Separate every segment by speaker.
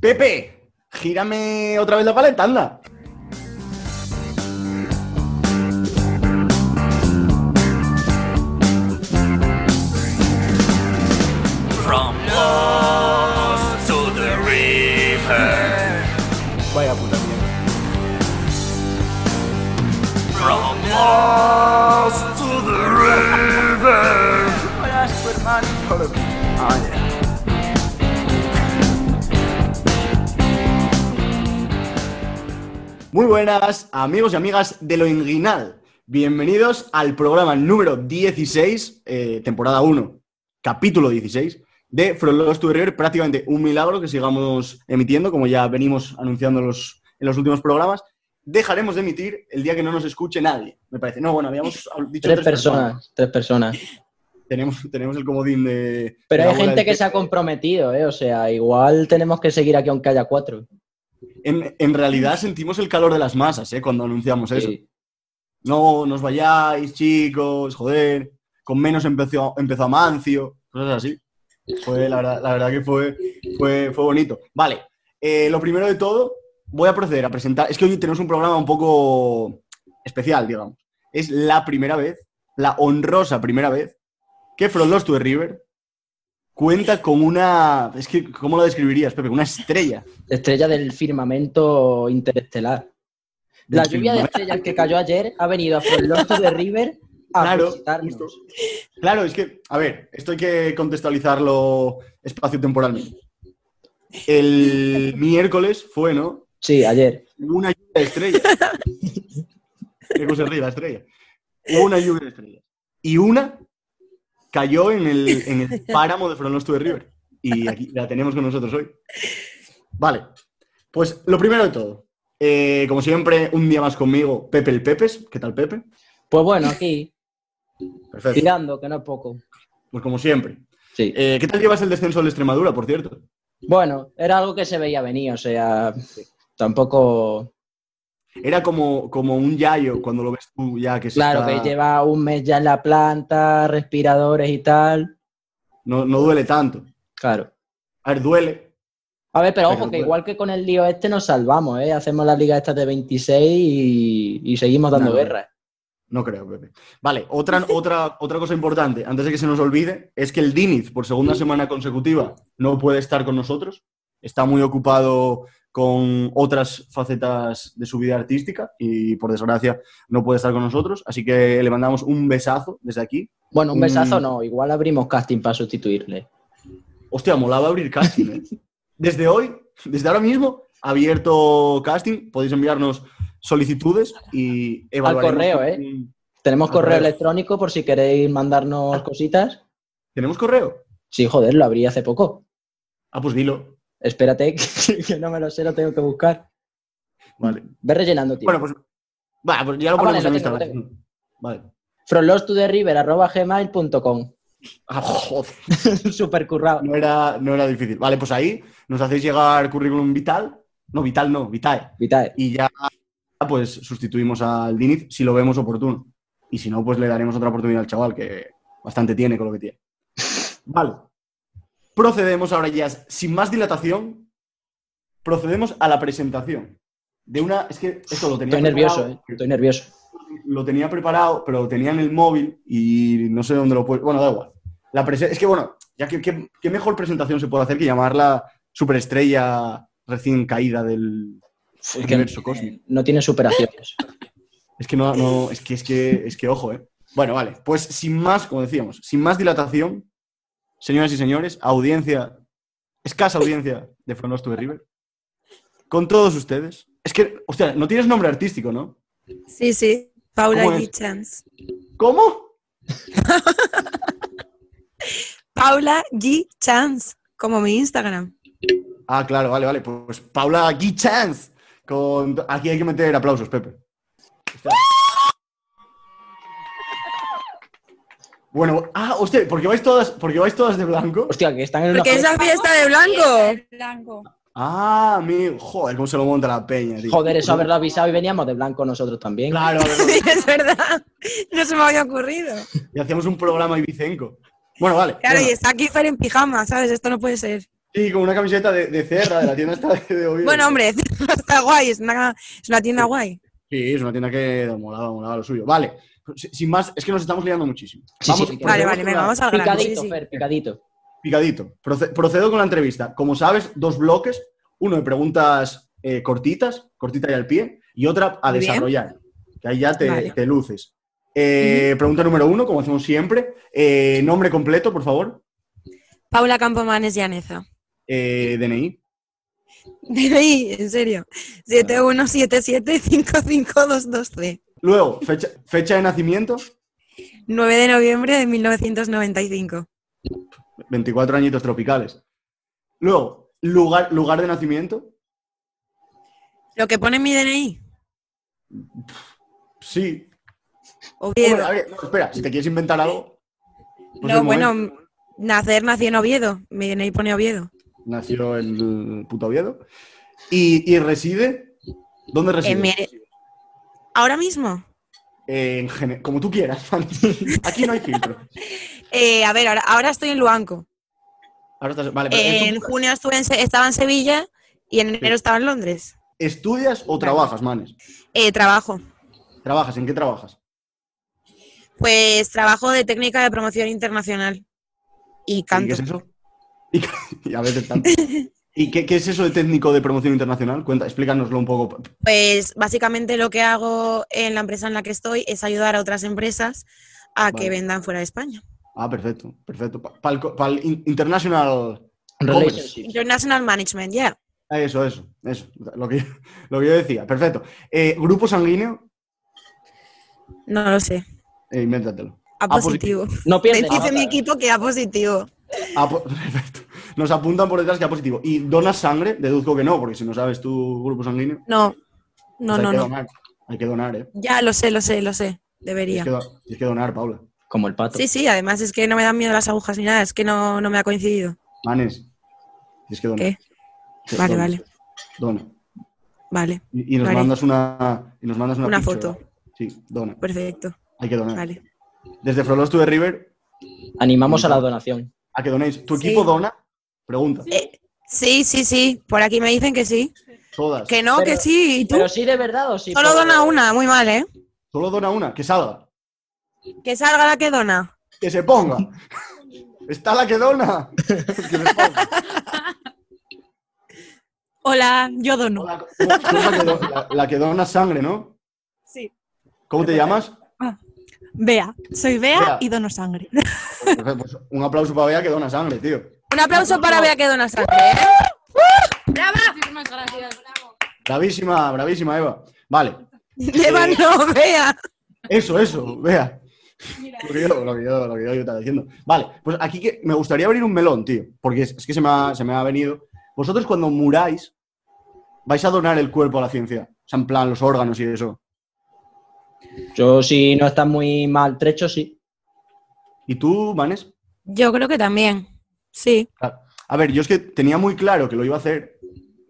Speaker 1: Pepe, gírame otra vez la paleta, anda.
Speaker 2: From lost to the river.
Speaker 1: Vaya puta mierda.
Speaker 2: From lost to the river.
Speaker 3: Hola, Superman.
Speaker 1: Muy buenas, amigos y amigas de lo inguinal. Bienvenidos al programa número 16, eh, temporada 1, capítulo 16, de From Lost to the River. Prácticamente un milagro que sigamos emitiendo, como ya venimos anunciando en los- en los últimos programas. Dejaremos de emitir el día que no nos escuche nadie, me parece. No, bueno, habíamos dicho
Speaker 4: Tres personas, tres personas.
Speaker 1: Tenemos, tenemos el comodín de...
Speaker 4: Pero
Speaker 1: de la
Speaker 4: hay
Speaker 1: abuela
Speaker 4: gente
Speaker 1: del
Speaker 4: que se ha
Speaker 1: Pepe.
Speaker 4: comprometido, ¿eh? O sea, igual tenemos que seguir aquí aunque haya cuatro.
Speaker 1: En, en realidad sentimos el calor de las masas, ¿eh? Cuando anunciamos eso.
Speaker 4: Sí.
Speaker 1: No, nos vayáis, chicos, joder. Con menos empezó, empezó Amancio, cosas así. Fue, la, verdad, la verdad que fue, fue, fue bonito. Vale, eh, lo primero de todo, voy a proceder a presentar. Es que hoy tenemos un programa un poco especial, digamos. Es la primera vez, la honrosa primera vez, que From Lost to the River cuenta con una. Es que, ¿cómo lo describirías, Pepe? Una estrella.
Speaker 4: Estrella del firmamento interestelar. La
Speaker 1: Del
Speaker 4: lluvia de estrellas que cayó ayer ha venido a Florento de River a
Speaker 1: Claro,
Speaker 4: visitarnos.
Speaker 1: justo. Claro, es que, a ver, esto hay que contextualizarlo espacio-temporalmente. El miércoles fue, ¿no?
Speaker 4: Sí, ayer.
Speaker 1: Hubo una lluvia de estrellas. Qué cosa ríe la estrella. Hubo una lluvia de estrellas. Y una cayó en el, en el páramo de From Lost to the River. Y aquí la tenemos con nosotros hoy. Vale. Pues lo primero de todo. eh, como siempre, un día más conmigo, Pepe el Pepes. ¿Qué tal, Pepe?
Speaker 4: Pues bueno, aquí,
Speaker 1: Perfecto.
Speaker 4: tirando, que no es poco.
Speaker 1: Pues como siempre.
Speaker 4: Sí.
Speaker 1: Eh, ¿Qué tal llevas el descenso de la Extremadura, por cierto?
Speaker 4: Bueno, era algo que se veía venir, o sea, tampoco...
Speaker 1: Era como, como un yayo cuando lo ves tú ya que se
Speaker 4: Claro,
Speaker 1: está-
Speaker 4: que lleva un mes ya en la planta, respiradores y tal.
Speaker 1: no, no duele tanto.
Speaker 4: Claro.
Speaker 1: A ver, duele.
Speaker 4: A ver, pero
Speaker 1: Pero
Speaker 4: ojo, que
Speaker 1: bueno.
Speaker 4: igual que con el lío este nos salvamos, ¿eh? Hacemos la liga esta de 26 y, y seguimos dando
Speaker 1: Nada.
Speaker 4: guerra.
Speaker 1: No creo, Pepe. Vale, otra, otra, otra cosa importante, antes de que se nos olvide, es que el Diniz, por segunda semana consecutiva, no puede estar con nosotros. Está muy ocupado con otras facetas de su vida artística y, por desgracia, no puede estar con nosotros. Así que le mandamos un besazo desde aquí.
Speaker 4: Bueno, un besazo
Speaker 1: Mm.
Speaker 4: no, igual abrimos casting para sustituirle.
Speaker 1: Hostia, molaba abrir casting. ¿eh? Desde hoy, desde ahora mismo, abierto casting. Podéis enviarnos solicitudes y evaluaremos.
Speaker 4: correo, ¿eh?
Speaker 1: con-
Speaker 4: Tenemos
Speaker 1: Al
Speaker 4: correo
Speaker 1: correo.
Speaker 4: electrónico por si queréis mandarnos cositas.
Speaker 1: ¿Tenemos correo?
Speaker 4: Sí, joder, lo abrí hace poco.
Speaker 1: Ah, pues dilo.
Speaker 4: Espérate, que, que no me lo sé, lo tengo que buscar.
Speaker 1: Vale.
Speaker 4: Ve rellenando, tío.
Speaker 1: Bueno, pues, va, pues ya lo
Speaker 4: Ah,
Speaker 1: ponemos
Speaker 4: vale,
Speaker 1: en
Speaker 4: lo tengo,
Speaker 1: Instagram. Vale.
Speaker 4: fromlosttotheriver.com
Speaker 1: Ah, joder,
Speaker 4: Super currado.
Speaker 1: no era, no era difícil. Vale, pues ahí nos hacéis llegar currículum vital. No, vital no, vitae.
Speaker 4: Vitae.
Speaker 1: Y ya pues sustituimos al Diniz si lo vemos oportuno. Y si no, pues le daremos otra oportunidad al chaval, que bastante tiene con lo que tiene. Vale. Procedemos ahora ya, sin más dilatación, procedemos a la presentación. De una. Es que esto lo tenía
Speaker 4: Estoy nervioso,
Speaker 1: preparado,
Speaker 4: ¿eh? Estoy nervioso.
Speaker 1: Lo tenía preparado, pero lo tenía en el móvil y no sé dónde lo puedo. Bueno, da igual. La prese- es que bueno, ya que, que- qué mejor presentación se puede hacer que llamarla superestrella recién caída del
Speaker 4: Es que
Speaker 1: universo cósmico.
Speaker 4: no tiene superaciones.
Speaker 1: Es que no, no, es que, es que, es que, ojo, ¿eh? Bueno, vale, pues sin más, como decíamos, sin más dilatación, señoras y señores, audiencia, escasa audiencia de From Lost to the River, con todos ustedes. Es que, hostia, no tienes nombre artístico, ¿no?
Speaker 5: Sí, sí, Paula
Speaker 1: ¿Cómo es?
Speaker 5: Gichens.
Speaker 1: ¿Cómo?
Speaker 5: Paula G. Chance, como mi Instagram.
Speaker 1: Ah, claro, vale, vale, pues Paula Guichans. Con... Aquí hay que meter aplausos, Pepe. Está. Bueno, ah, hostia, porque vais todas, porque vais todas de blanco.
Speaker 4: Hostia, que están en una
Speaker 5: Porque es
Speaker 4: fiesta.
Speaker 5: la fiesta de blanco.
Speaker 1: Ah, amigo, joder, cómo se lo monta la peña, tío.
Speaker 4: Joder, eso haberlo avisado y veníamos de blanco nosotros también.
Speaker 1: Claro, a ver,
Speaker 5: Sí, es verdad. No se me había ocurrido.
Speaker 1: y hacíamos un programa ibicenco. Bueno, vale.
Speaker 5: Claro,
Speaker 1: bueno,
Speaker 5: y está aquí Fer en pijama, ¿sabes? Esto no puede ser.
Speaker 1: Sí, con una camiseta de, de Cerra, de la tienda esta de, de Oviedo.
Speaker 5: Bueno, hombre, está guay, es una, es una tienda guay.
Speaker 1: Sí, es una tienda que molaba, molaba lo suyo. Vale, si- sin más, es que nos estamos liando muchísimo.
Speaker 4: Sí, sí,
Speaker 1: procedemos
Speaker 5: Vale, vale,
Speaker 1: con
Speaker 5: venga,
Speaker 1: la-
Speaker 5: vamos al grano. Sí,
Speaker 4: Picadito,
Speaker 5: sí.
Speaker 4: Fer, picadito.
Speaker 1: Picadito. Proce- procedo con la entrevista. Como sabes, dos bloques, uno de preguntas eh, cortitas, cortita y al pie, y otra a
Speaker 5: Muy bien.
Speaker 1: desarrollar, que ahí ya te,
Speaker 5: Vale.
Speaker 1: te luces. Eh, Pregunta número uno, como hacemos siempre. Eh, nombre completo, por favor.
Speaker 5: Paula Campomanes Llaneza.
Speaker 1: Eh, DNI.
Speaker 5: DNI, en serio. 717755223.
Speaker 1: Luego, fecha, fecha de nacimiento,
Speaker 5: 9 de noviembre de 1995.
Speaker 1: 24 añitos tropicales. Luego, lugar, lugar de nacimiento,
Speaker 5: Lo que pone en mi DNI.
Speaker 1: sí.
Speaker 5: Oviedo.
Speaker 1: Bueno, a ver, no, espera, si te quieres inventar algo. pues
Speaker 5: Eh, no,
Speaker 1: un
Speaker 5: bueno,
Speaker 1: momento.
Speaker 5: nacer nací en Oviedo. Mi DNI pone Oviedo.
Speaker 1: Nació en el puto Oviedo. Y, y reside. ¿Dónde reside? Eh,
Speaker 5: En mi- Ahora mismo.
Speaker 1: En Gene- como tú quieras. Fanny. Aquí no hay filtro.
Speaker 5: Eh, a ver, ahora, ahora estoy en Luanco.
Speaker 1: Ahora estás- vale, pero
Speaker 5: Eh,
Speaker 1: ¿estu-
Speaker 5: en junio estuve en Se- estaba en Sevilla y en enero estaba en Londres.
Speaker 1: ¿Estudias o trabajas, manes?
Speaker 5: Eh, trabajo.
Speaker 1: ¿Trabajas? ¿En qué trabajas?
Speaker 5: Pues trabajo de técnica de promoción internacional. Y
Speaker 1: ¿Y qué
Speaker 5: canto.
Speaker 1: es eso? Y, y a veces tanto. ¿Y qué, qué es eso de técnico de promoción internacional? Cuenta, explícanoslo un poco.
Speaker 5: Pues básicamente lo que hago en la empresa en la que estoy es ayudar a otras empresas a
Speaker 1: Vale.
Speaker 5: que vendan fuera de España.
Speaker 1: Ah, perfecto, perfecto. Para el, International
Speaker 4: Relationship.
Speaker 5: International Management, ya.
Speaker 1: Ah, Eso, eso, eso. Lo que, lo que yo decía. Perfecto. Eh, grupo sanguíneo,
Speaker 5: No lo sé.
Speaker 1: eh, invéntatelo.
Speaker 5: A positivo.
Speaker 4: No
Speaker 5: Me
Speaker 4: pierdes.
Speaker 5: dice
Speaker 4: nada.
Speaker 5: mi equipo que a positivo.
Speaker 1: Ah, po- perfecto. Nos apuntan por detrás que a positivo. ¿Y donas sangre? Deduzco que no, porque si no sabes tu grupo sanguíneo,
Speaker 5: No, no,
Speaker 1: pues hay
Speaker 5: no,
Speaker 1: que
Speaker 5: no.
Speaker 1: donar. Hay que donar, ¿eh?
Speaker 5: Ya lo sé, lo sé, lo sé.
Speaker 1: Tienes
Speaker 5: Debería.
Speaker 1: que, do- tienes que donar, Paula.
Speaker 4: Como el pato.
Speaker 5: Sí, sí, además es que no me dan miedo las agujas ni nada, es que no, no me ha coincidido.
Speaker 1: Manes, tienes que donar.
Speaker 5: ¿Qué?
Speaker 1: Sí,
Speaker 5: Vale,
Speaker 1: dona,
Speaker 5: vale.
Speaker 1: Dona.
Speaker 5: Vale,
Speaker 1: Y, y nos
Speaker 5: Vale.
Speaker 1: mandas una, y nos mandas una,
Speaker 5: Una
Speaker 1: picture,
Speaker 5: foto.
Speaker 1: ¿vale? Sí, dona.
Speaker 5: perfecto.
Speaker 1: Hay que donar.
Speaker 5: Vale.
Speaker 1: Desde Frolos to the River,
Speaker 4: Animamos a la donación.
Speaker 1: a que donéis. ¿Tu
Speaker 5: Sí.
Speaker 1: equipo dona? Pregunta.
Speaker 5: Eh, sí, sí, sí, por aquí me dicen que sí.
Speaker 1: Todas.
Speaker 5: Que no,
Speaker 4: Pero-
Speaker 5: que sí, ¿y tú?
Speaker 4: Pero sí, de verdad o sí.
Speaker 5: Solo
Speaker 4: por-
Speaker 5: dona una, muy mal, ¿eh?
Speaker 1: Solo dona una, que salga.
Speaker 5: Que salga la que dona.
Speaker 1: que se ponga. Está la que dona. Que se ponga.
Speaker 5: Hola, yo dono.
Speaker 1: Hola, ¿cómo- cómo es la, que do- la- la que dona sangre, ¿no?
Speaker 5: Sí. Ah,
Speaker 1: ¿Cómo te llamas?
Speaker 3: Bea, soy Bea,
Speaker 1: Bea.
Speaker 3: y dono sangre.
Speaker 1: Pues, pues, un aplauso para Bea que dona sangre, tío.
Speaker 5: Un aplauso para Bea que dona sangre. ¿eh?
Speaker 6: Muchísimas gracias.
Speaker 1: Bravísima, bravísima, Eva. Vale.
Speaker 5: Eva no, Bea.
Speaker 1: Eso, eso, Bea. Lo que, yo, lo, que yo, lo que yo estaba diciendo. Vale, pues aquí que me gustaría abrir un melón, tío, porque es, es que se me, ha, se me ha venido. Vosotros cuando muráis, vais a donar el cuerpo a la ciencia. O sea, en plan, los órganos y eso.
Speaker 4: Yo, si no estás muy maltrecho, sí.
Speaker 1: ¿Y tú, Manes?
Speaker 5: Yo creo que también. Sí.
Speaker 1: A ver, yo es que tenía muy claro que lo iba a hacer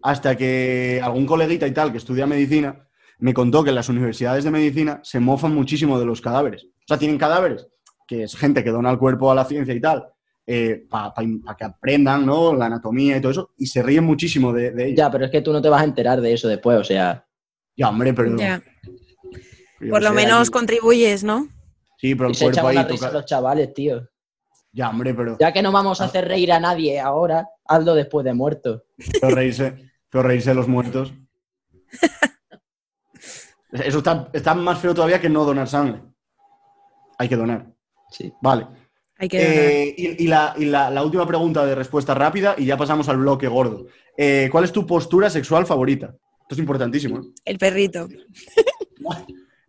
Speaker 1: hasta que algún coleguita y tal que estudia medicina me contó que en las universidades de medicina se mofan muchísimo de los cadáveres. O sea, tienen cadáveres, que es gente que dona el cuerpo a la ciencia y tal, eh, para que aprendan ¿no? la anatomía y todo eso, y se ríen muchísimo de, de ello.
Speaker 4: Ya, pero es que tú no te vas a enterar de eso después, o sea.
Speaker 1: Ya, hombre, pero...
Speaker 5: Ya.
Speaker 1: yo
Speaker 5: Por
Speaker 1: qué
Speaker 5: lo
Speaker 1: sé,
Speaker 5: menos
Speaker 1: ahí-
Speaker 5: contribuyes, ¿no?
Speaker 1: Sí, pero
Speaker 4: Y
Speaker 1: el
Speaker 4: se echan
Speaker 1: cuerpo
Speaker 4: una
Speaker 1: ahí
Speaker 4: risa
Speaker 1: toca...
Speaker 4: los chavales, tío.
Speaker 1: Ya, hombre, pero...
Speaker 4: Ya que no
Speaker 1: Ah.
Speaker 4: vamos a hacer reír a nadie ahora, hazlo después de muerto.
Speaker 1: Pero reírse, pero reírse de los muertos. Eso está, está más feo todavía que no donar sangre. Hay que donar.
Speaker 4: Sí.
Speaker 1: Vale.
Speaker 5: Hay que donar.
Speaker 1: Eh, y y la, y la- la última pregunta de respuesta rápida y ya pasamos al bloque gordo. Eh, ¿Cuál es tu postura sexual favorita? Esto es importantísimo. ¿eh?
Speaker 5: El perrito.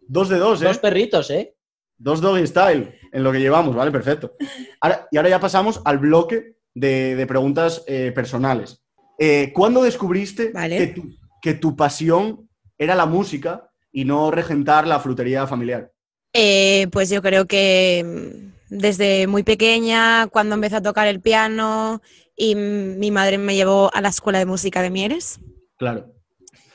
Speaker 1: Dos de dos, ¿eh?
Speaker 4: Dos perritos, ¿eh?
Speaker 1: Dos doggy style en lo que llevamos, ¿vale? Perfecto. Ahora, y ahora ya pasamos al bloque de, de preguntas eh, personales. Eh, ¿Cuándo descubriste
Speaker 5: Vale.
Speaker 1: que, tu, que tu pasión era la música y no regentar la frutería familiar?
Speaker 5: Eh, pues yo creo que mm, desde muy pequeña, cuando empecé a tocar el piano y mm, mi madre me llevó a la escuela de música de Mieres,
Speaker 1: Claro.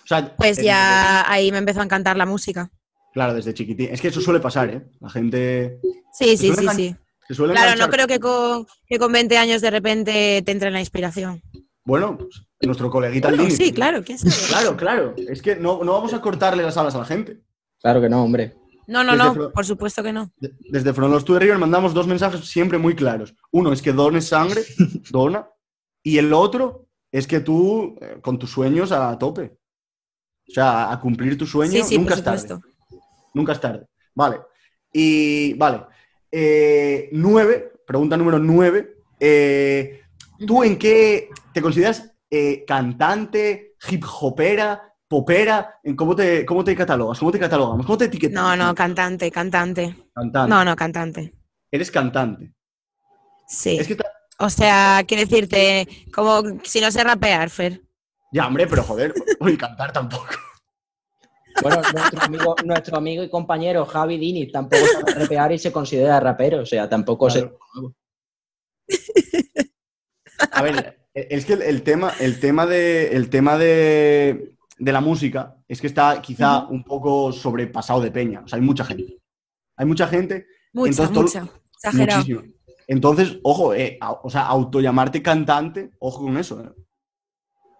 Speaker 1: O sea,
Speaker 5: pues
Speaker 1: eh,
Speaker 5: ya ahí me empezó a encantar la música.
Speaker 1: Claro, desde chiquitín. Es que eso suele pasar, ¿eh? La gente
Speaker 5: Sí, sí,
Speaker 1: Pues
Speaker 5: sí,
Speaker 1: una
Speaker 5: sí.
Speaker 1: se suele
Speaker 5: Claro,
Speaker 1: enganchar.
Speaker 5: no creo que con, que con 20 años de repente te entre la inspiración.
Speaker 1: Bueno, pues, nuestro coleguita
Speaker 5: Bueno,
Speaker 1: Aldini.
Speaker 5: sí, claro, ¿quién sabe?
Speaker 1: Claro, claro. Es que no, no vamos a cortarle las alas a la gente.
Speaker 4: Claro que no, hombre.
Speaker 5: No, no,
Speaker 1: Desde
Speaker 5: no,
Speaker 1: Fro-
Speaker 5: por supuesto que no.
Speaker 1: De- Desde Frontloss to the River mandamos dos mensajes siempre muy claros. Uno es que dones sangre, dona. Y el otro es que tú, eh, con tus sueños a tope. O sea, a cumplir tus sueños
Speaker 5: Sí, sí,
Speaker 1: nunca
Speaker 5: por
Speaker 1: es tarde.
Speaker 5: supuesto.
Speaker 1: Nunca es tarde. Vale. Y vale. Eh, nueve, pregunta número nueve. Eh, ¿Tú en qué te consideras eh, cantante, hip hopera, popera? ¿En cómo, te, ¿Cómo te catalogas? ¿Cómo te catalogamos? ¿Cómo te
Speaker 5: No,
Speaker 1: etiquetamos?
Speaker 5: no, cantante, cantante.
Speaker 1: Cantante.
Speaker 5: No, no, cantante.
Speaker 1: Eres cantante.
Speaker 5: Sí.
Speaker 1: Es que ta-
Speaker 5: O sea, quiero decirte, como si no sé rapear, Fer.
Speaker 1: Ya, hombre, pero joder, voy cantar tampoco.
Speaker 4: Bueno, nuestro amigo, nuestro amigo y compañero Javi Dini tampoco sabe rapear y se considera rapero, o sea,
Speaker 5: Pues,
Speaker 4: tampoco se...
Speaker 1: Claro. A ver, e-, es que el, el tema, el tema, de, el tema de, de la música es que está quizá un poco sobrepasado de peña. O sea, hay mucha gente. Hay mucha gente,
Speaker 5: Mucha,
Speaker 1: Entonces, todo-
Speaker 5: mucha. Exagerado.
Speaker 1: muchísima. Entonces, ojo, eh, a- o sea, autollamarte cantante, ojo con eso. eh.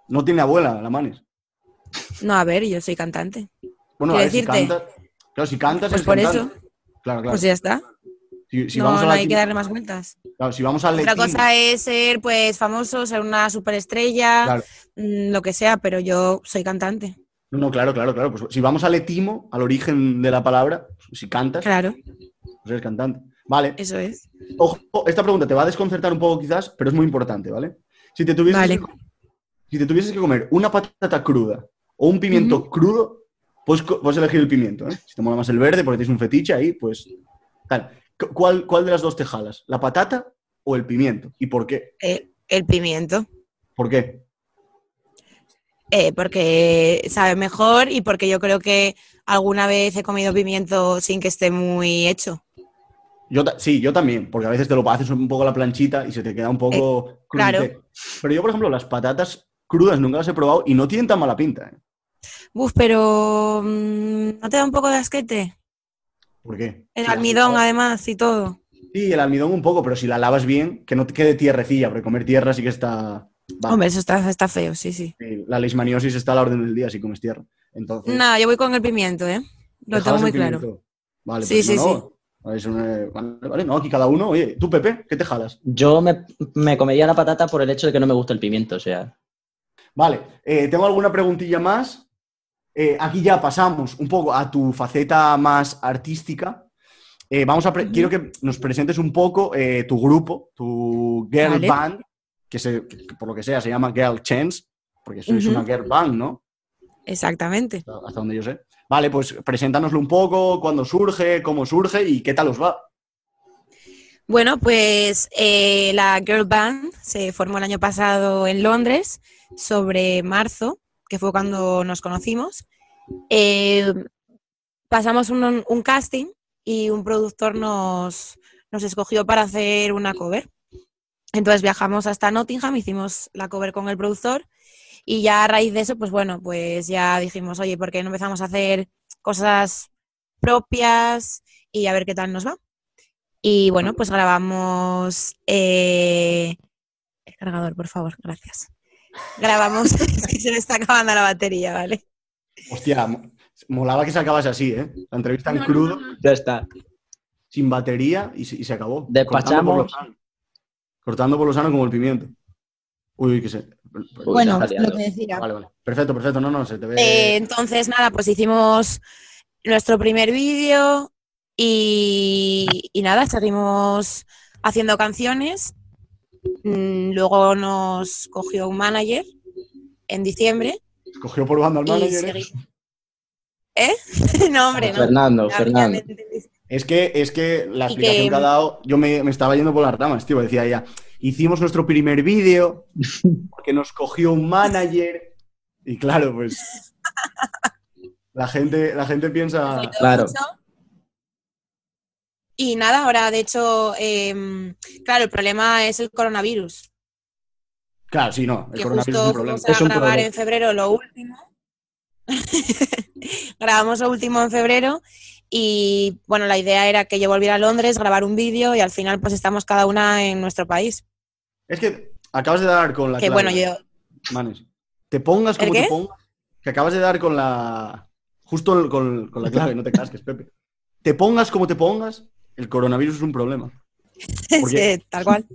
Speaker 1: No tiene abuela la manes.
Speaker 5: No, a ver, yo soy cantante.
Speaker 1: Bueno, a
Speaker 5: Quiero
Speaker 1: ver, si
Speaker 5: decirte.
Speaker 1: cantas. Claro, si cantas
Speaker 5: Pues
Speaker 1: eres
Speaker 5: por
Speaker 1: cantante.
Speaker 5: eso,
Speaker 1: Claro, claro.
Speaker 5: pues ya está.
Speaker 1: si, si
Speaker 5: no,
Speaker 1: vamos a
Speaker 5: no
Speaker 1: la
Speaker 5: hay que
Speaker 1: latina-
Speaker 5: darle más vueltas.
Speaker 1: claro, si vamos al
Speaker 5: Otra
Speaker 1: latín-
Speaker 5: cosa es ser pues famoso, ser una superestrella,
Speaker 1: Claro.
Speaker 5: mm, lo que sea, pero yo soy cantante.
Speaker 1: No, no, claro, claro, claro. Pues si vamos al etimo, al origen de la palabra, si cantas,
Speaker 5: Claro,
Speaker 1: pues eres cantante. Vale.
Speaker 5: eso es.
Speaker 1: Ojo, esta pregunta te va a desconcertar un poco quizás, pero es muy importante, ¿vale? Si te tuvieses,
Speaker 5: Vale.
Speaker 1: que, si te tuvieses que comer una patata cruda o un pimiento crudo, pues co- puedes elegir el pimiento, ¿eh? Si te mola más el verde porque tienes un fetiche ahí, pues... Tal. Cu- ¿Cuál, ¿Cuál de las dos te jalas? ¿La patata o el pimiento? ¿Y por qué?
Speaker 5: Eh, el pimiento.
Speaker 1: ¿Por qué?
Speaker 5: Eh, porque sabe mejor y porque yo creo que alguna vez he comido pimiento sin que esté muy hecho.
Speaker 1: Yo ta- sí, yo también, porque a veces te lo haces un poco a la planchita y se te queda un poco
Speaker 5: Eh, claro.
Speaker 1: crudité. Pero yo, por ejemplo, las patatas crudas nunca las he probado y no tienen tan mala pinta. ¿eh?
Speaker 5: Uf, pero mm, ¿no te da un poco de asquete?
Speaker 1: ¿Por qué?
Speaker 5: El
Speaker 1: Si las-
Speaker 5: almidón además y todo.
Speaker 1: Sí, el almidón un poco, pero si la lavas bien, que no te quede tierrecilla, porque comer tierra sí que está... va.
Speaker 5: Hombre, eso está, está feo, sí, sí.
Speaker 1: Sí, La leishmaniosis está a la orden del día si comes tierra. Entonces,
Speaker 5: No, yo voy con el pimiento, ¿eh? Lo
Speaker 1: dejadas
Speaker 5: tengo
Speaker 1: el
Speaker 5: muy claro.
Speaker 1: pimiento. Vale,
Speaker 5: Sí,
Speaker 1: pues
Speaker 5: sí,
Speaker 1: no,
Speaker 5: sí.
Speaker 1: no. Vale, eso no es- vale, vale, no, aquí cada uno. Oye, tú, Pepe, ¿qué te jalas?
Speaker 4: Yo me, me comería la patata por el hecho de que no me gusta el pimiento, o sea...
Speaker 1: Vale, eh, tengo alguna preguntilla más. Eh, aquí ya pasamos un poco a tu faceta más artística. Eh, vamos a pre- Quiero que nos presentes un poco eh, tu grupo, tu girl
Speaker 5: Vale.
Speaker 1: band, que, se, que por lo que sea se llama Girl Chance, porque sois
Speaker 5: Ujú.
Speaker 1: una girl band, ¿no?
Speaker 5: Exactamente.
Speaker 1: Hasta hasta donde yo sé. Vale, pues preséntanoslo un poco, cuándo surge, cómo surge y qué tal os va.
Speaker 5: Bueno, pues eh, la Girl Band se formó el año pasado en Londres, sobre marzo, que fue cuando nos conocimos. Eh, pasamos un, un casting y un productor nos, nos escogió para hacer una cover. Entonces viajamos hasta Nottingham, hicimos la cover con el productor y ya a raíz de eso, pues bueno, pues ya dijimos, oye, ¿por qué no empezamos a hacer cosas propias y a ver qué tal nos va? Y bueno, pues grabamos. eh, El cargador, por favor, gracias. Grabamos. es que se me está acabando la batería, ¿vale?
Speaker 1: Hostia, mo- molaba que se acabase así, ¿eh? La entrevista en
Speaker 6: No, no,
Speaker 1: crudo,
Speaker 6: no, no.
Speaker 4: Ya está.
Speaker 1: sin batería y se, y se acabó. Cortando por lo
Speaker 4: Despachamos...
Speaker 1: sano. Cortando por lo sano como el pimiento. Uy, qué sé.
Speaker 4: Uy, Bueno, está liado. lo que
Speaker 5: decía.
Speaker 1: Vale, vale. Perfecto, perfecto. No, no, se te ve.
Speaker 5: entonces, nada, pues hicimos nuestro primer vídeo y, y nada, seguimos haciendo canciones. Mm, Luego nos cogió un manager en diciembre.
Speaker 1: Cogió por banda al
Speaker 5: Y
Speaker 1: manager. ¿eh?
Speaker 5: seguimos. ¿Eh? no, hombre, no.
Speaker 4: Fernando, Fernando.
Speaker 5: Obviamente,
Speaker 1: Es que, es que la
Speaker 5: Y
Speaker 1: explicación que...
Speaker 5: que-
Speaker 1: ha dado, yo me, me estaba yendo por las ramas, tío. Decía ya, hicimos nuestro primer vídeo porque nos cogió un manager. Y claro, pues. La gente, la gente piensa.
Speaker 5: Cuidado
Speaker 4: Claro.
Speaker 5: mucho. Y nada, ahora de hecho, em, claro, el problema es el coronavirus.
Speaker 1: Claro, sí, no. El
Speaker 5: que
Speaker 1: coronavirus es
Speaker 5: justo
Speaker 1: un problema.
Speaker 5: fuimos a
Speaker 4: Es un
Speaker 5: grabar
Speaker 4: problema.
Speaker 5: en febrero lo último. Grabamos lo último en febrero y bueno, la idea era que yo volviera a Londres, grabar un vídeo y al final pues estamos cada una en nuestro país.
Speaker 1: Es que acabas de dar con la
Speaker 5: que
Speaker 1: clave.
Speaker 5: bueno, yo
Speaker 1: Manes. Te pongas como
Speaker 5: ¿El qué?
Speaker 1: te pongas. Que acabas de dar con la. Justo el- con, con la clave, no te casques, Pepe. Te pongas como te pongas, el coronavirus es un problema.
Speaker 5: Es
Speaker 1: Porque-
Speaker 5: que tal cual.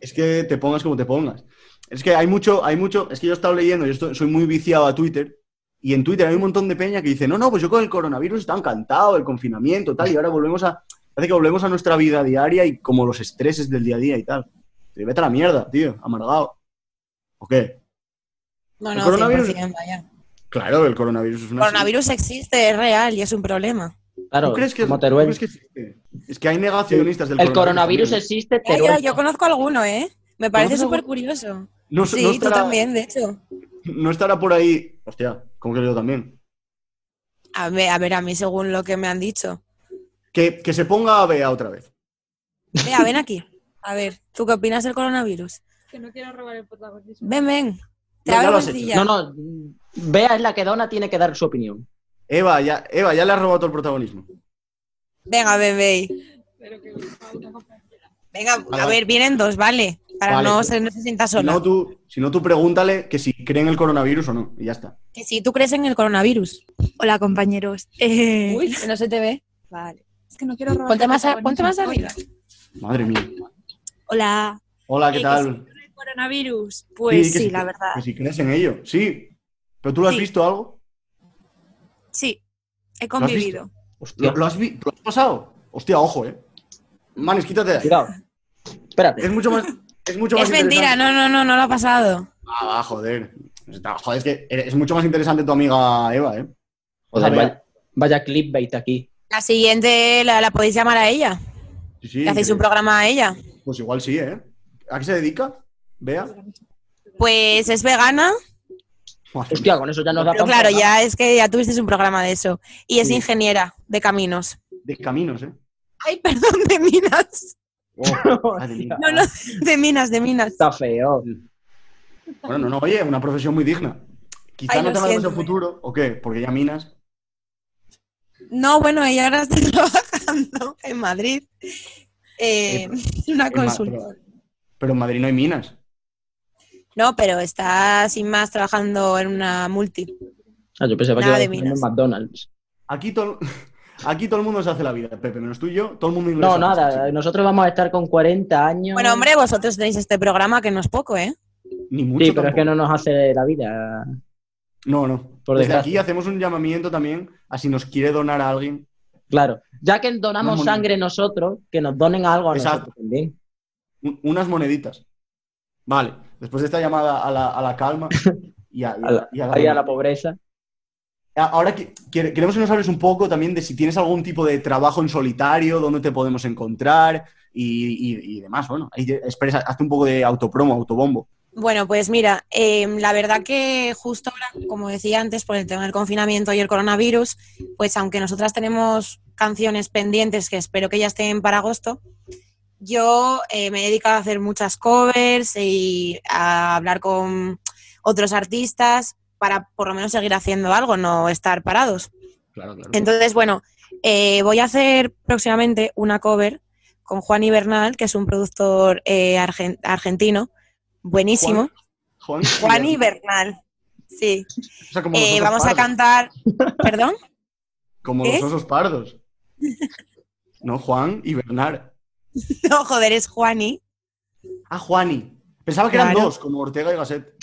Speaker 1: Es que te pongas como te pongas. Es que hay mucho, hay mucho. Es que yo he estado leyendo, yo estoy- soy muy viciado a Twitter. Y en Twitter hay un montón de peña que dice, no, no, pues yo con el coronavirus estaba encantado, el confinamiento, tal, y ahora volvemos a. Parece que volvemos a nuestra vida diaria y como los estreses del día a día y tal. Te vete a la mierda, tío, amargado. ¿O qué?
Speaker 5: No,
Speaker 1: El
Speaker 5: no,
Speaker 1: coronavirus-
Speaker 5: 100%, vaya.
Speaker 1: Claro, el coronavirus es una.
Speaker 5: Coronavirus existe, es real y es un problema.
Speaker 4: Claro,
Speaker 1: ¿Tú crees que,
Speaker 4: como
Speaker 1: tú
Speaker 4: Teruel.
Speaker 1: crees que existe? Es que hay negacionistas del
Speaker 4: el coronavirus
Speaker 1: también.
Speaker 4: existe,
Speaker 5: Ya,
Speaker 4: Teruel.
Speaker 5: yo, yo conozco alguno, ¿eh? Me parece
Speaker 1: ¿Conoces
Speaker 5: súper curioso.
Speaker 1: No,
Speaker 5: Sí,
Speaker 1: no
Speaker 5: tú
Speaker 1: estará,
Speaker 5: también, de hecho.
Speaker 1: no estará por ahí. Hostia, ¿cómo que yo también?
Speaker 5: A ver, a ver, a mí según lo que me han dicho.
Speaker 1: Que, que se ponga a Bea otra vez.
Speaker 5: Vea, ven aquí. A ver, ¿tú qué opinas del coronavirus?
Speaker 6: Que no quiero robar el protagonismo.
Speaker 5: Ven, ven. Te
Speaker 1: No, ya
Speaker 5: da
Speaker 1: lo has hecho.
Speaker 4: No,
Speaker 5: vergüencilla.
Speaker 4: no. Bea es la que dona, tiene que dar su opinión.
Speaker 1: Eva ya, Eva, ya le has robado todo el protagonismo.
Speaker 5: Venga, bebé.
Speaker 6: Pero que me falta comprar.
Speaker 5: Venga,
Speaker 1: Vale.
Speaker 5: a ver, vienen dos, ¿vale? Para
Speaker 1: Vale.
Speaker 5: no, se, no se sienta
Speaker 1: Si
Speaker 5: sola.
Speaker 1: no, tú, si no, tú pregúntale que si cree en el coronavirus o no. Y ya está.
Speaker 5: Que si tú crees en el coronavirus.
Speaker 3: Hola, compañeros. Eh,
Speaker 5: Uy, que no se te ve.
Speaker 3: Vale. Es que no quiero robar.
Speaker 5: Ponte más, a- ponte más arriba.
Speaker 1: Madre mía.
Speaker 3: Hola.
Speaker 1: Hola, ¿qué
Speaker 3: Eh,
Speaker 1: tal?
Speaker 3: Coronavirus. Pues
Speaker 1: que
Speaker 3: sí,
Speaker 1: si-
Speaker 3: la verdad.
Speaker 1: Que si crees en ello. Sí. ¿Pero tú lo has
Speaker 3: Sí.
Speaker 1: visto algo?
Speaker 3: Sí. He
Speaker 1: has visto?
Speaker 3: convivido.
Speaker 4: Hostia.
Speaker 1: ¿Lo, lo has, vi- lo has pasado? Hostia, ojo, eh. Manes, quítate de ahí.
Speaker 4: Cuidado. Espérate.
Speaker 1: Es mucho más. Es, mucho más
Speaker 5: Es mentira,
Speaker 1: interesante.
Speaker 5: no, no, no, no lo ha pasado.
Speaker 1: Ah, va, joder. Está- Joder, es que eres- es mucho más interesante tu amiga Eva, ¿eh?
Speaker 4: Joder,
Speaker 1: Joder,
Speaker 4: vaya, vaya clickbait aquí.
Speaker 5: La siguiente la, la podéis llamar a ella.
Speaker 1: Sí, sí,
Speaker 5: Le hacéis
Speaker 1: que-
Speaker 5: un programa a ella.
Speaker 1: Pues igual sí, ¿eh? ¿A qué se dedica? Vea.
Speaker 5: Pues es vegana,
Speaker 4: Hostia, con eso ya nos da
Speaker 5: pero
Speaker 4: pan
Speaker 5: claro,
Speaker 4: para-
Speaker 5: ya es que ya tuvisteis un programa de eso. Y es
Speaker 1: Sí.
Speaker 5: ingeniera de caminos.
Speaker 1: De caminos, ¿eh?
Speaker 5: Ay, perdón, de minas.
Speaker 1: Madre mía.
Speaker 5: No, no, de minas, de minas.
Speaker 4: Está feo.
Speaker 1: Bueno, no, no, oye, una profesión muy digna. Quizá
Speaker 5: Ay,
Speaker 1: no
Speaker 5: lo
Speaker 1: tenga mucho
Speaker 5: siento.
Speaker 1: futuro, ¿o qué? Porque ya minas.
Speaker 5: No, bueno, ella ahora está trabajando en Madrid. eh, en una
Speaker 1: en Ma-
Speaker 5: consulta.
Speaker 1: pero- Pero en Madrid no hay minas.
Speaker 5: No, pero está sin más trabajando en una multi.
Speaker 4: Ah, yo pensaba que iba
Speaker 5: Nada
Speaker 4: a
Speaker 5: de
Speaker 4: decir en
Speaker 5: minas.
Speaker 4: McDonald's.
Speaker 1: Aquí, todo aquí todo el mundo se hace la vida, Pepe, menos tú y yo, todo el mundo ingresa.
Speaker 4: No, nada. Nosotros vamos a estar con 40 años.
Speaker 5: Bueno, hombre, vosotros tenéis este programa que no es poco, ¿eh?
Speaker 1: Ni mucho.
Speaker 4: Sí, pero
Speaker 1: tampoco.
Speaker 4: es que no nos hace la vida.
Speaker 1: No, no.
Speaker 4: Por
Speaker 1: Desde
Speaker 4: desgracia.
Speaker 1: aquí hacemos un llamamiento también a si nos quiere donar a alguien.
Speaker 4: Claro. Ya que donamos
Speaker 1: Vamos.
Speaker 4: sangre nosotros, que nos donen algo a
Speaker 1: Exacto.
Speaker 4: nosotros también.
Speaker 1: un- unas moneditas. Vale, después de esta llamada a la, a la calma y a, y a-
Speaker 4: A la-
Speaker 1: y a la-
Speaker 4: Ahí a la pobreza.
Speaker 1: A- Ahora que- quere- queremos que nos hables un poco también de si tienes algún tipo de trabajo en solitario, dónde te podemos encontrar y, y- y demás. Bueno, ahí te- expresa, hazte un poco de autopromo, autobombo.
Speaker 5: Bueno, pues mira, eh, la verdad que justo ahora, como decía antes, por el tema del confinamiento y el coronavirus, pues aunque nosotras tenemos canciones pendientes que espero que ya estén para agosto, yo eh, me he dedicado a hacer muchas covers y a hablar con otros artistas para por lo menos seguir haciendo algo, no estar parados.
Speaker 1: Claro, claro.
Speaker 5: Entonces, bueno, eh, voy a hacer próximamente una cover con Juan Ibernal, que es un productor eh, argen- argentino, buenísimo.
Speaker 1: Juan,
Speaker 5: Juan Ibernal, sí.
Speaker 1: O sea, como
Speaker 5: Eh,
Speaker 1: los osos
Speaker 5: vamos a
Speaker 1: pardos,
Speaker 5: cantar, perdón,
Speaker 1: Como
Speaker 5: ¿Eh?
Speaker 1: los osos pardos. No, Juan y Bernard.
Speaker 5: no, joder, es Juani.
Speaker 1: Ah, Juani. Pensaba que eran
Speaker 5: Claro.
Speaker 1: dos, como Ortega y Gasset.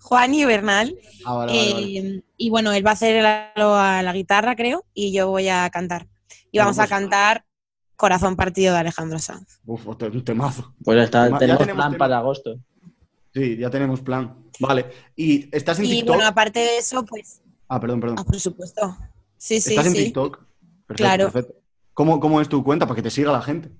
Speaker 5: Juani Bernal.
Speaker 1: Ah, vale, vale, vale.
Speaker 5: Eh, y bueno, él va a hacer el alo a la guitarra, creo, y yo voy a cantar. Y vamos a
Speaker 1: Vamos.
Speaker 5: cantar Corazón Partido de Alejandro Sanz.
Speaker 1: Uf, otro- un temazo.
Speaker 4: Pues ya está,
Speaker 1: Ya
Speaker 4: tenemos
Speaker 1: tenemos
Speaker 4: plan
Speaker 1: tema.
Speaker 4: para agosto.
Speaker 1: Sí, ya tenemos plan. Vale. ¿Y estás en
Speaker 5: Y
Speaker 1: TikTok?
Speaker 5: bueno, aparte de eso, pues,
Speaker 1: Ah, perdón, perdón.
Speaker 5: ah, por supuesto. Sí, sí,
Speaker 1: ¿Estás en
Speaker 5: sí.
Speaker 1: TikTok? Perfecto,
Speaker 5: Claro.
Speaker 1: perfecto. ¿Cómo, ¿Cómo es tu cuenta? Para que te siga la gente.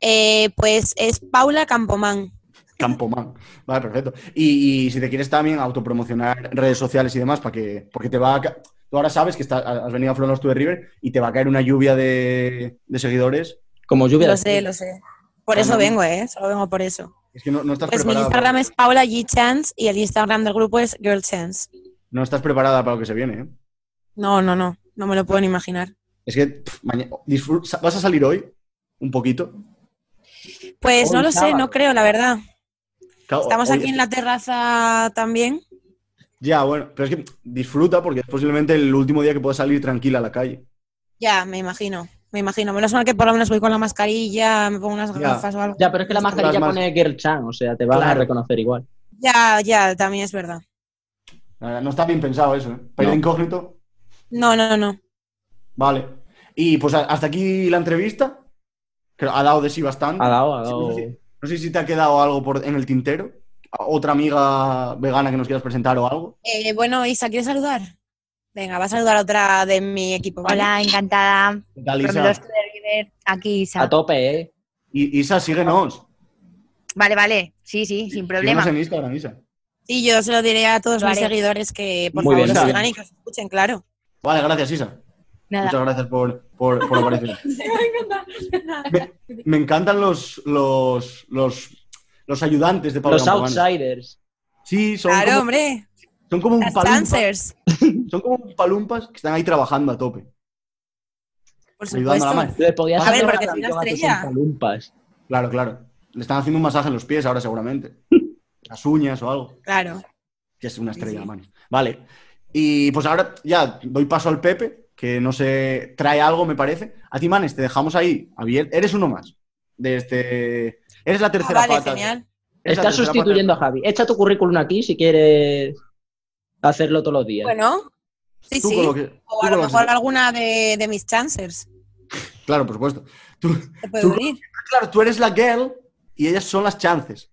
Speaker 5: Eh, pues es Paula Campomán.
Speaker 1: Campoman. Vale, perfecto. Y, y si te quieres también autopromocionar redes sociales y demás, para que, porque te va a... ca- Tú ahora sabes que estás- has venido a Flonos to the River y te va a caer una lluvia de, de seguidores.
Speaker 4: Como lluvia.
Speaker 5: Lo
Speaker 4: de-
Speaker 5: sé, lo sé. Por eso vengo, ¿eh? Solo vengo por eso.
Speaker 1: Es que no, no Ah, estás
Speaker 5: Pues mi
Speaker 1: preparada.
Speaker 5: Instagram
Speaker 1: para-
Speaker 5: es Paula G. Chance y el Instagram del grupo es Girl Chance.
Speaker 1: No estás preparada para lo que se viene. ¿eh?
Speaker 5: No, no, no. No me lo puedo ni imaginar.
Speaker 1: Es que pff, maña- disfruta- vas a salir hoy un poquito.
Speaker 5: Pues
Speaker 4: Hoy
Speaker 5: no lo sé,
Speaker 4: sábado.
Speaker 5: no creo, la verdad.
Speaker 1: Claro,
Speaker 5: Estamos
Speaker 1: oye,
Speaker 5: aquí en la terraza también.
Speaker 1: Ya, bueno, pero es que disfruta porque es posiblemente el último día que puedas salir tranquila a la calle.
Speaker 5: Ya, me imagino. Me imagino. Menos mal que por lo menos voy con la mascarilla, me pongo unas
Speaker 1: Ya.
Speaker 5: gafas o algo.
Speaker 4: Ya, pero es que la mascarilla
Speaker 1: Las mas-
Speaker 4: pone Girl Chan, o sea, te van a
Speaker 1: Claro.
Speaker 4: reconocer igual.
Speaker 5: Ya, ya, también es verdad.
Speaker 1: La verdad, No está bien pensado eso, ¿eh? Para ir
Speaker 4: No.
Speaker 1: de incógnito.
Speaker 5: No, no, no.
Speaker 1: Vale. Y pues a- hasta aquí la entrevista. Creo ha dado de sí bastante.
Speaker 4: Ha dado, ha
Speaker 1: Sí,
Speaker 4: dado.
Speaker 1: no, sé si, no sé si te ha quedado algo por, en el tintero. Otra amiga vegana que nos quieras presentar o algo.
Speaker 5: Eh, bueno, Isa, ¿quieres saludar? Venga, va a saludar a otra de mi equipo. ¿vale?
Speaker 7: Hola, encantada.
Speaker 1: ¿Qué tal,
Speaker 7: From
Speaker 1: Isa?
Speaker 7: Lost to the River, aquí
Speaker 4: A
Speaker 7: Isa.
Speaker 4: tope, ¿eh?
Speaker 1: I- Isa, síguenos.
Speaker 7: Vale, vale. Sí, sí, sin problema.
Speaker 1: Síguenos en Instagram, Isa.
Speaker 5: Sí, yo se lo diré a todos
Speaker 7: Lo
Speaker 5: mis
Speaker 7: haré.
Speaker 5: seguidores que por
Speaker 4: Muy
Speaker 5: favor
Speaker 4: bien,
Speaker 5: nos
Speaker 1: Isa.
Speaker 5: sigan y que os escuchen, claro.
Speaker 1: Vale, gracias, Isa.
Speaker 7: Nada.
Speaker 1: Muchas gracias por, por, por aparecer. me, me encantan los, los, los, los ayudantes de Pablo
Speaker 4: Los
Speaker 1: Campobano.
Speaker 4: outsiders.
Speaker 1: Sí, son
Speaker 5: Claro,
Speaker 1: como-
Speaker 5: hombre.
Speaker 1: Son como, un
Speaker 5: Las
Speaker 1: palumpas,
Speaker 5: dancers,
Speaker 1: son como un palumpas que están ahí trabajando a tope,
Speaker 5: por
Speaker 1: ayudando a la
Speaker 5: supuesto.
Speaker 1: mano.
Speaker 4: Le podías
Speaker 5: A ver,
Speaker 4: hacer
Speaker 5: porque
Speaker 4: una
Speaker 5: soy una
Speaker 4: canción a tus
Speaker 5: estrella.
Speaker 4: Ompalumpas.
Speaker 1: Claro, claro. Le están haciendo un masaje en los pies ahora seguramente. Las uñas o algo.
Speaker 5: Claro.
Speaker 1: Que es una
Speaker 5: Sí,
Speaker 1: estrella,
Speaker 5: sí.
Speaker 1: man. Vale. Y pues ahora ya doy paso al Pepe, que no sé, trae algo, me parece. A ti, Manes, te dejamos ahí. Javier, eres uno más. De este... Eres la
Speaker 5: Ah,
Speaker 1: tercera
Speaker 5: vale,
Speaker 1: pata.
Speaker 5: genial.
Speaker 1: Eres la
Speaker 4: Estás
Speaker 1: tercera pata.
Speaker 4: sustituyendo a Javi. Echa tu currículum aquí si quieres hacerlo todos los días.
Speaker 5: Bueno, sí,
Speaker 1: Tú
Speaker 5: sí.
Speaker 1: con lo que- tú
Speaker 5: O a
Speaker 1: con
Speaker 5: lo
Speaker 1: lo que
Speaker 5: mejor
Speaker 1: sabes.
Speaker 5: alguna de, de mis chancers
Speaker 1: Claro, por supuesto. Tú,
Speaker 5: se puede
Speaker 1: Tú-
Speaker 5: unir.
Speaker 1: claro, tú eres la girl y ellas son las chances.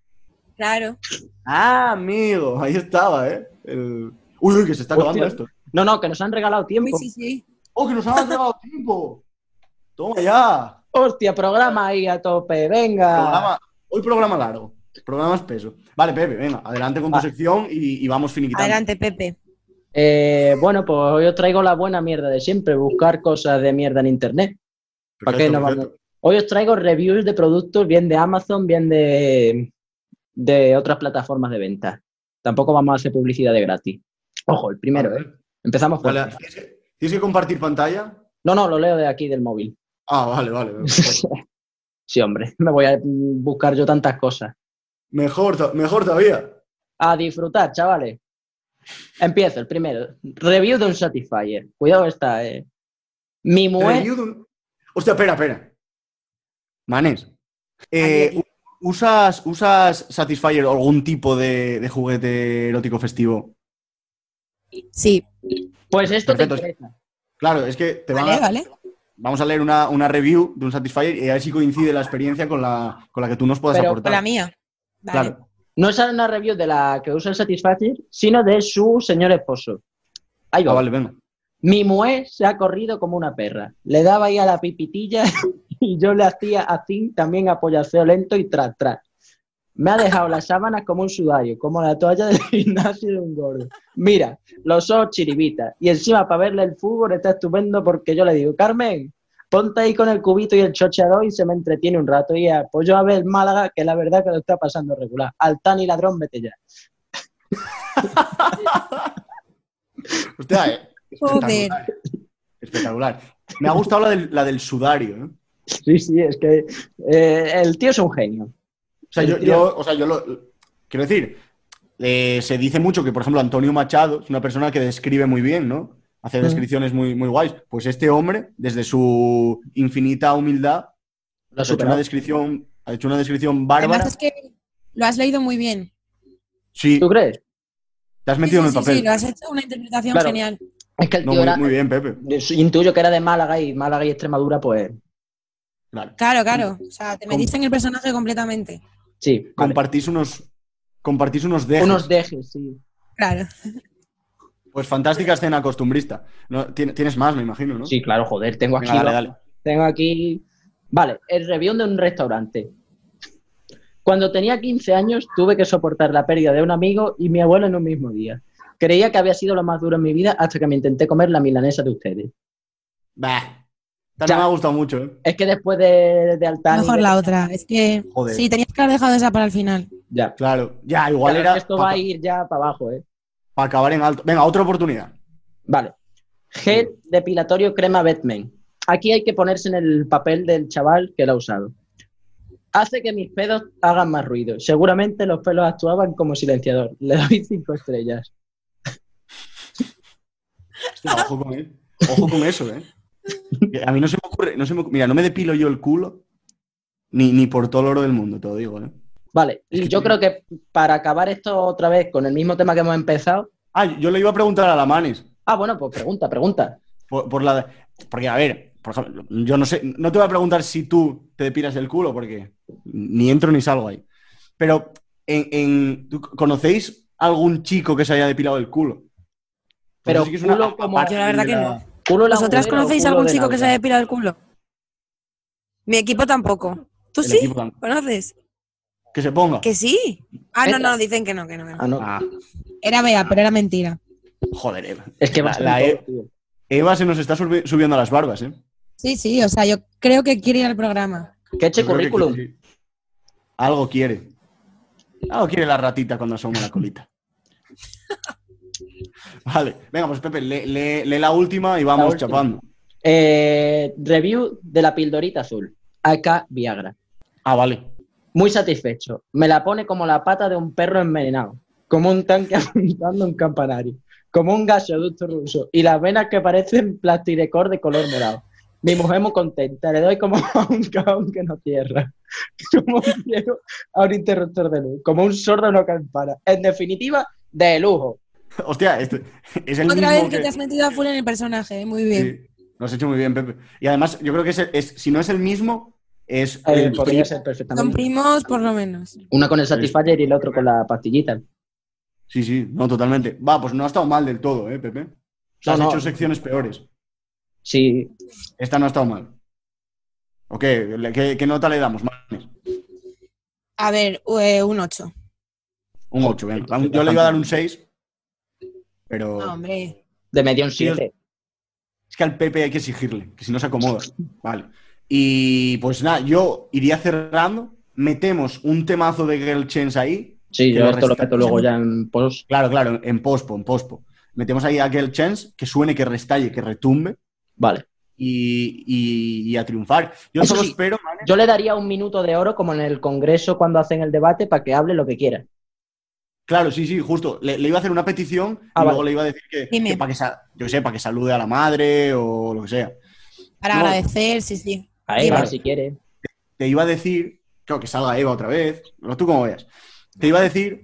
Speaker 5: Claro.
Speaker 1: Ah, amigo, ahí estaba, ¿eh? El- Uy, uy, que se está
Speaker 4: Hostia.
Speaker 1: acabando esto.
Speaker 4: No, no, que nos han regalado
Speaker 5: Sí,
Speaker 4: tiempo.
Speaker 5: sí, sí.
Speaker 1: ¡Oh, que nos han dado tiempo! Toma ya.
Speaker 4: Hostia, programa ahí a tope, venga.
Speaker 1: Programa- Hoy programa largo. Programa espeso. Vale, Pepe, venga, adelante con tu
Speaker 4: Va.
Speaker 1: sección y, y vamos finiquitando.
Speaker 5: Adelante, Pepe.
Speaker 4: Eh, bueno, pues hoy os traigo la buena mierda de siempre, buscar cosas de mierda en internet. ¿Para qué
Speaker 1: Perfecto,
Speaker 4: no vamos?
Speaker 1: perfecto.
Speaker 4: Hoy os traigo reviews de productos, bien de Amazon, bien de, de otras plataformas de venta. Tampoco vamos a hacer publicidad de gratis. Ojo, el primero, ¿eh? Empezamos por...
Speaker 1: Vale, ¿tienes, que, tienes que compartir pantalla?
Speaker 4: No, no, lo leo de aquí del móvil.
Speaker 1: Ah, vale, vale. perfecto.
Speaker 4: Sí, hombre, me voy a mm, buscar yo tantas cosas.
Speaker 1: Mejor, to- mejor todavía.
Speaker 4: A disfrutar, chavales. Empiezo, el primero. Review de un Satisfyer. Cuidado está, eh. Mi mujer...
Speaker 1: Review de un- Hostia, espera, espera. Manes, eh,
Speaker 5: Ahí, ahí.
Speaker 1: ¿usas, ¿usas Satisfyer o algún tipo de, de juguete erótico festivo?
Speaker 5: Sí,
Speaker 4: Pues esto
Speaker 1: Perfecto.
Speaker 4: te interesa.
Speaker 1: Claro, es que te van
Speaker 5: vale,
Speaker 1: a-
Speaker 5: vale.
Speaker 1: Vamos a leer una, una review de un Satisfyer y a ver si coincide la experiencia con la, con la que tú nos puedas
Speaker 4: Pero
Speaker 1: aportar.
Speaker 5: Con la mía. Vale.
Speaker 1: Claro.
Speaker 4: No es una review de la que usa el Satisfyer, sino de su señor esposo. Ahí va.
Speaker 1: Ah, vale, venga.
Speaker 4: Mi mujer se ha corrido como una perra. Le daba ahí a la pipitilla y yo le hacía así, también apoyaceo lento y tras, tras. Me ha dejado las sábanas como un sudario, como la toalla del gimnasio de un gordo. Mira, los ojos chiribitas. Y encima, para verle el fútbol, está estupendo porque yo le digo, Carmen, ponte ahí con el cubito y el chocheador y se me entretiene un rato. Y ya, pues yo a ver el Málaga, que la verdad que lo está pasando regular. Altán y ladrón, vete ya.
Speaker 1: Hostia, eh,
Speaker 5: Joder.
Speaker 1: espectacular. Espectacular. Me ha gustado la del, la del sudario. ¿eh?
Speaker 4: Sí, sí, es que eh, el tío es un genio.
Speaker 1: O sea, yo,
Speaker 4: El
Speaker 1: yo- o sea, yo lo. Quiero decir, eh, se dice mucho que, por ejemplo, Antonio Machado es una persona que describe muy bien, ¿no? Hace
Speaker 5: Mm.
Speaker 1: descripciones muy, muy guays. Pues este hombre, desde su infinita humildad,
Speaker 4: Lo
Speaker 1: ha hecho
Speaker 4: superó.
Speaker 1: una descripción, ha hecho una descripción
Speaker 5: Además
Speaker 1: bárbara.
Speaker 5: es que lo has leído muy bien.
Speaker 1: Sí,
Speaker 4: ¿Tú crees?
Speaker 1: te has metido
Speaker 5: sí,
Speaker 1: en el
Speaker 5: sí,
Speaker 1: papel.
Speaker 5: sí, lo has hecho una interpretación
Speaker 4: Claro.
Speaker 5: genial.
Speaker 4: Es que el
Speaker 1: No,
Speaker 4: tío
Speaker 1: muy,
Speaker 4: era,
Speaker 1: muy bien, Pepe.
Speaker 4: intuyo que era de Málaga y Málaga y Extremadura, pues
Speaker 1: Claro.
Speaker 5: Claro, claro. O sea, te
Speaker 1: Con-
Speaker 5: metiste en el personaje completamente.
Speaker 4: sí. vale.
Speaker 1: Compartís unos. Compartís unos dejes.
Speaker 4: Unos dejes, sí.
Speaker 5: Claro.
Speaker 1: Pues fantástica escena costumbrista. No, tien- tienes más, me imagino, ¿no?
Speaker 4: Sí, claro, joder, tengo aquí.
Speaker 1: Venga, dale, dale.
Speaker 4: Tengo aquí. Vale, el review de un restaurante. Cuando tenía 15 años tuve que soportar la pérdida de un amigo y mi abuelo en un mismo día. Creía que había sido lo más duro en mi vida hasta que me intenté comer la milanesa de ustedes.
Speaker 1: Bah. Esta
Speaker 4: Ya.
Speaker 1: no me ha gustado mucho, ¿eh?
Speaker 4: Es que después de, de Altani-
Speaker 5: Mejor la otra. Es que
Speaker 1: Joder.
Speaker 5: sí, tenías que haber dejado esa para el final.
Speaker 4: Ya.
Speaker 1: Claro. Ya, igual
Speaker 4: Claro,
Speaker 1: era
Speaker 4: Esto va
Speaker 1: para
Speaker 4: a ir ya para abajo, ¿eh?
Speaker 1: acabar en alto. Venga, otra oportunidad.
Speaker 4: Vale. Gel depilatorio crema Batman. Aquí hay que ponerse en el papel del chaval que lo ha usado. Hace que mis pedos hagan más ruido. Seguramente los pelos actuaban como silenciador. Le doy cinco estrellas.
Speaker 1: Hostia, ojo con él. Ojo con eso, ¿eh? Que A mí no se me ocurre, no se me ocu- mira, no me depilo yo el culo ni, ni por todo el oro del mundo, te lo digo, ¿eh?
Speaker 4: Vale, y yo creo que para acabar esto otra vez con el mismo tema que hemos empezado.
Speaker 1: Ah, yo le iba a preguntar a la Manis.
Speaker 4: Ah, bueno, pues pregunta, pregunta.
Speaker 1: Por, por la, porque, a ver, por ejemplo, yo no sé, no te voy a preguntar si tú te depilas el culo, porque ni entro ni salgo ahí. Pero, en, en- ¿tú ¿conocéis algún chico que se haya depilado el culo?
Speaker 4: Pero
Speaker 1: Eso una
Speaker 4: culo como-
Speaker 1: parte
Speaker 5: Yo la verdad
Speaker 1: de
Speaker 5: que
Speaker 1: la-
Speaker 4: Culo langurero
Speaker 5: ¿Vosotras
Speaker 4: o
Speaker 5: conocéis a
Speaker 4: culo
Speaker 5: algún
Speaker 4: de
Speaker 5: chico que se
Speaker 4: nalga?
Speaker 5: haya depilado el culo? Mi equipo tampoco. ¿Tú
Speaker 1: el
Speaker 5: sí?
Speaker 1: equipo también.
Speaker 5: ¿Conoces?
Speaker 1: Que se ponga.
Speaker 5: ¿Que sí? Ah, no,
Speaker 4: Venga.
Speaker 5: no, dicen que no, que no. que no.
Speaker 4: Ah, no.
Speaker 1: Eh, Ah,
Speaker 5: Era Bea, pero era mentira.
Speaker 1: joder, Eva.
Speaker 4: Es que va
Speaker 1: La- la E- Eva se nos está surbi- subiendo a las barbas, ¿eh?
Speaker 5: Sí, sí, o sea, yo creo que quiere ir al programa.
Speaker 4: Que eche
Speaker 1: Yo creo que
Speaker 4: currículum.
Speaker 1: quiere- Algo quiere. Algo quiere la ratita cuando asoma la colita. Vale, venga, pues Pepe, lee, lee- lee la última y vamos
Speaker 4: última.
Speaker 1: chapando.
Speaker 4: Eh, review de la pildorita azul. Acá Viagra.
Speaker 1: Ah, vale.
Speaker 4: Muy satisfecho. Me la pone como la pata de un perro envenenado. Como un tanque apuntando un campanario. Como un gasoducto ruso. Y las venas que parecen plastirecor de color morado. Mi mujer muy contenta. Le doy como a un caón que no cierra. Como un ciego a un interruptor de luz. Como un sordo a una campana. En definitiva, de lujo.
Speaker 1: Hostia, este es el
Speaker 5: Otra
Speaker 1: mismo
Speaker 5: vez que,
Speaker 1: que-
Speaker 5: te has metido a full en el personaje, ¿eh? muy bien.
Speaker 1: Sí, lo has hecho muy bien, Pepe. Y además, yo creo que es, es- si no es el mismo, es
Speaker 4: Eh,
Speaker 1: el
Speaker 4: podría
Speaker 1: primo.
Speaker 4: ser
Speaker 5: Son
Speaker 4: perfectamente.
Speaker 5: primos, por lo menos.
Speaker 4: Una con el Satisfyer y el otro con la pastillita.
Speaker 1: Sí, sí, no, totalmente. Va, pues no ha estado mal del todo, ¿eh, Pepe? O sea,
Speaker 4: No,
Speaker 1: has
Speaker 4: no.
Speaker 1: hecho secciones peores.
Speaker 4: Sí,
Speaker 1: Esta no ha estado mal. ¿O qué? Le- ¿Qué, qué nota le damos, Manes?
Speaker 5: A ver, eh, un 8.
Speaker 1: Un 8, venga. Vamos, Yo le iba a dar un 6, pero
Speaker 5: No, hombre.
Speaker 4: de medio un
Speaker 1: Sí, os-
Speaker 4: 7.
Speaker 1: es que al Pepe hay que exigirle, que si no se acomoda. Vale. Y pues nada, yo iría cerrando, metemos un temazo de Girl Chance ahí.
Speaker 4: Sí,
Speaker 1: que
Speaker 4: yo
Speaker 1: lo
Speaker 4: esto lo
Speaker 1: resta-
Speaker 4: meto luego ya en post.
Speaker 1: Claro, claro, en pospo, en pospo. Metemos ahí a Girl Chance, que suene, que restalle, que retumbe
Speaker 4: Vale.
Speaker 1: y, y- y a triunfar. Yo
Speaker 4: Eso
Speaker 1: solo
Speaker 4: sí.
Speaker 1: espero, Manes,
Speaker 4: Yo le daría un minuto de oro como en el Congreso cuando hacen el debate para que hable lo que quiera.
Speaker 1: Claro, sí, sí, justo. Le, le iba a hacer una petición y
Speaker 4: Ah,
Speaker 1: luego
Speaker 4: vale.
Speaker 1: le iba a decir que,
Speaker 5: Dime.
Speaker 1: que para que, sa- yo qué sé, para que salude a la madre o lo que sea.
Speaker 5: Para
Speaker 1: No.
Speaker 5: agradecer, sí, sí.
Speaker 4: Ahí,
Speaker 5: Claro.
Speaker 4: si quiere.
Speaker 1: Te iba a decir, creo que salga Eva otra vez, no tú como veas. Te iba a decir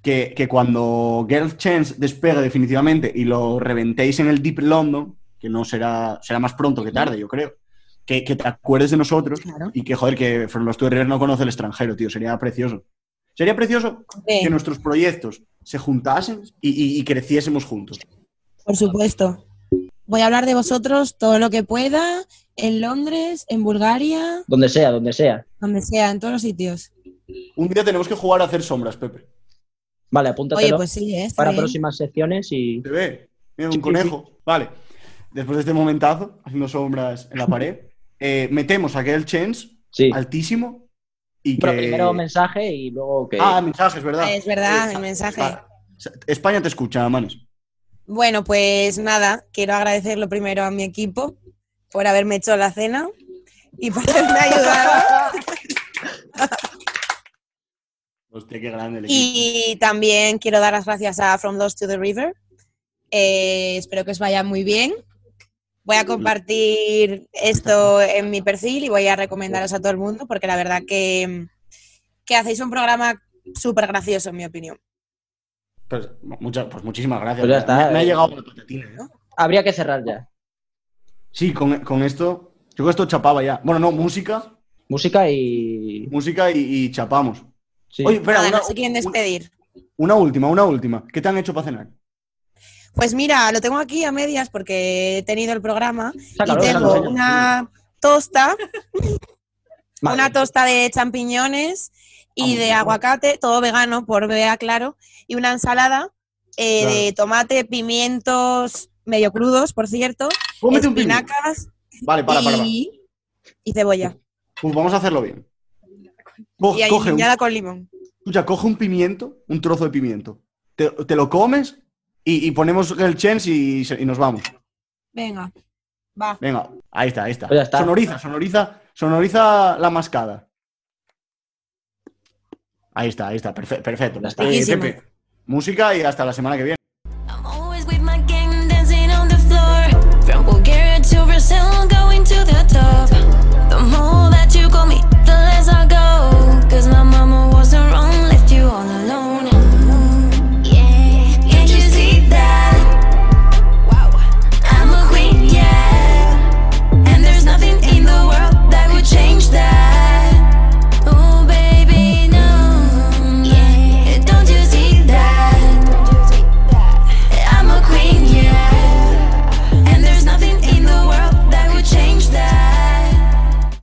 Speaker 1: que, que cuando Girl Chance despegue definitivamente y lo reventéis en el Deep London, que no será, será más pronto que tarde, yo creo, que, que te acuerdes de nosotros
Speaker 5: Claro.
Speaker 1: y que, joder, que From Los River no conoce el extranjero, tío, sería precioso. Sería precioso
Speaker 5: Eh,
Speaker 1: que nuestros proyectos se juntasen y- y- y creciésemos juntos.
Speaker 5: por supuesto. Voy a hablar de vosotros todo lo que pueda, en Londres, en Bulgaria,
Speaker 4: Donde sea, donde sea.
Speaker 5: donde sea, en todos los sitios.
Speaker 1: Un día tenemos que jugar a hacer sombras, Pepe.
Speaker 4: Vale,
Speaker 5: Oye,
Speaker 4: apúntatelo
Speaker 5: pues sí, ¿eh? Está
Speaker 4: para
Speaker 5: bien.
Speaker 4: próximas secciones y.
Speaker 1: ¿Te ve? Mira,
Speaker 4: Sí,
Speaker 1: un
Speaker 4: sí,
Speaker 1: conejo. Vale. Después de este momentazo, haciendo sombras en la pared, eh, metemos a Girl Chance
Speaker 4: Sí.
Speaker 1: altísimo y que...
Speaker 4: Pero primero mensaje y luego que.
Speaker 1: Ah, mensajes, ¿verdad?
Speaker 5: Ah, Es verdad,
Speaker 1: Eh,
Speaker 5: el mensaje.
Speaker 1: Vale. España te escucha, Manes.
Speaker 5: Bueno, pues nada, quiero agradecerlo primero a mi equipo por haberme hecho la cena y por haberme ayudado.
Speaker 1: Hostia, qué grande el equipo.
Speaker 5: Y también quiero dar las gracias a From Lost to the River. Eh, espero que os vaya muy bien. Voy a compartir esto en mi perfil y voy a recomendaros a todo el mundo porque la verdad que, que hacéis un programa súper gracioso, en mi opinión.
Speaker 1: Pues, muchas- pues muchísimas gracias.
Speaker 4: Pues ya está,
Speaker 1: me, me ha
Speaker 4: eh.
Speaker 1: llegado la patatina, ¿no?
Speaker 4: Habría que cerrar ya.
Speaker 1: Sí, con, con esto... Yo con esto chapaba ya. Bueno, no, música.
Speaker 4: Música y.
Speaker 1: Música y, y chapamos.
Speaker 4: Sí.
Speaker 1: Oye, espera,
Speaker 5: Nada,
Speaker 1: una,
Speaker 5: no sé quién
Speaker 1: un-
Speaker 5: despedir.
Speaker 1: una última, una última. ¿Qué te han hecho para cenar?
Speaker 5: Pues mira, lo tengo aquí a medias porque he tenido el programa
Speaker 4: Sácalo,
Speaker 5: y
Speaker 1: te
Speaker 4: sácalo,
Speaker 5: tengo
Speaker 1: enseño.
Speaker 4: sácalo.
Speaker 5: una tosta,
Speaker 4: Vale.
Speaker 5: una tosta de champiñones y
Speaker 1: Vamos,
Speaker 5: de
Speaker 1: vamos.
Speaker 5: aguacate, todo vegano, por vea claro, y una ensalada eh,
Speaker 1: Claro.
Speaker 5: de tomate, pimientos medio crudos, por cierto,
Speaker 1: Cómete Pues un pino.
Speaker 5: espinacas
Speaker 1: Vale, para, para, para.
Speaker 5: y, y cebolla.
Speaker 1: Pues vamos a hacerlo bien. Co-
Speaker 5: y
Speaker 1: coge, un,
Speaker 5: aliñada con limón.
Speaker 1: escucha, coge un pimiento, un trozo de pimiento. Te, te lo comes y, y ponemos el chance y, se- y nos vamos.
Speaker 5: Venga, va.
Speaker 1: Venga, ahí está, ahí está.
Speaker 4: Pues ya está.
Speaker 1: Sonoriza, sonoriza, sonoriza la mascada. Ahí está, ahí está, perfe- perfecto.
Speaker 4: Las
Speaker 1: Eh,
Speaker 5: riquísimas.
Speaker 1: Pepe, música y hasta la semana que viene.
Speaker 8: I'm always with my gang dancing on the floor. From Bulgaria to Brazil, going to the top. The more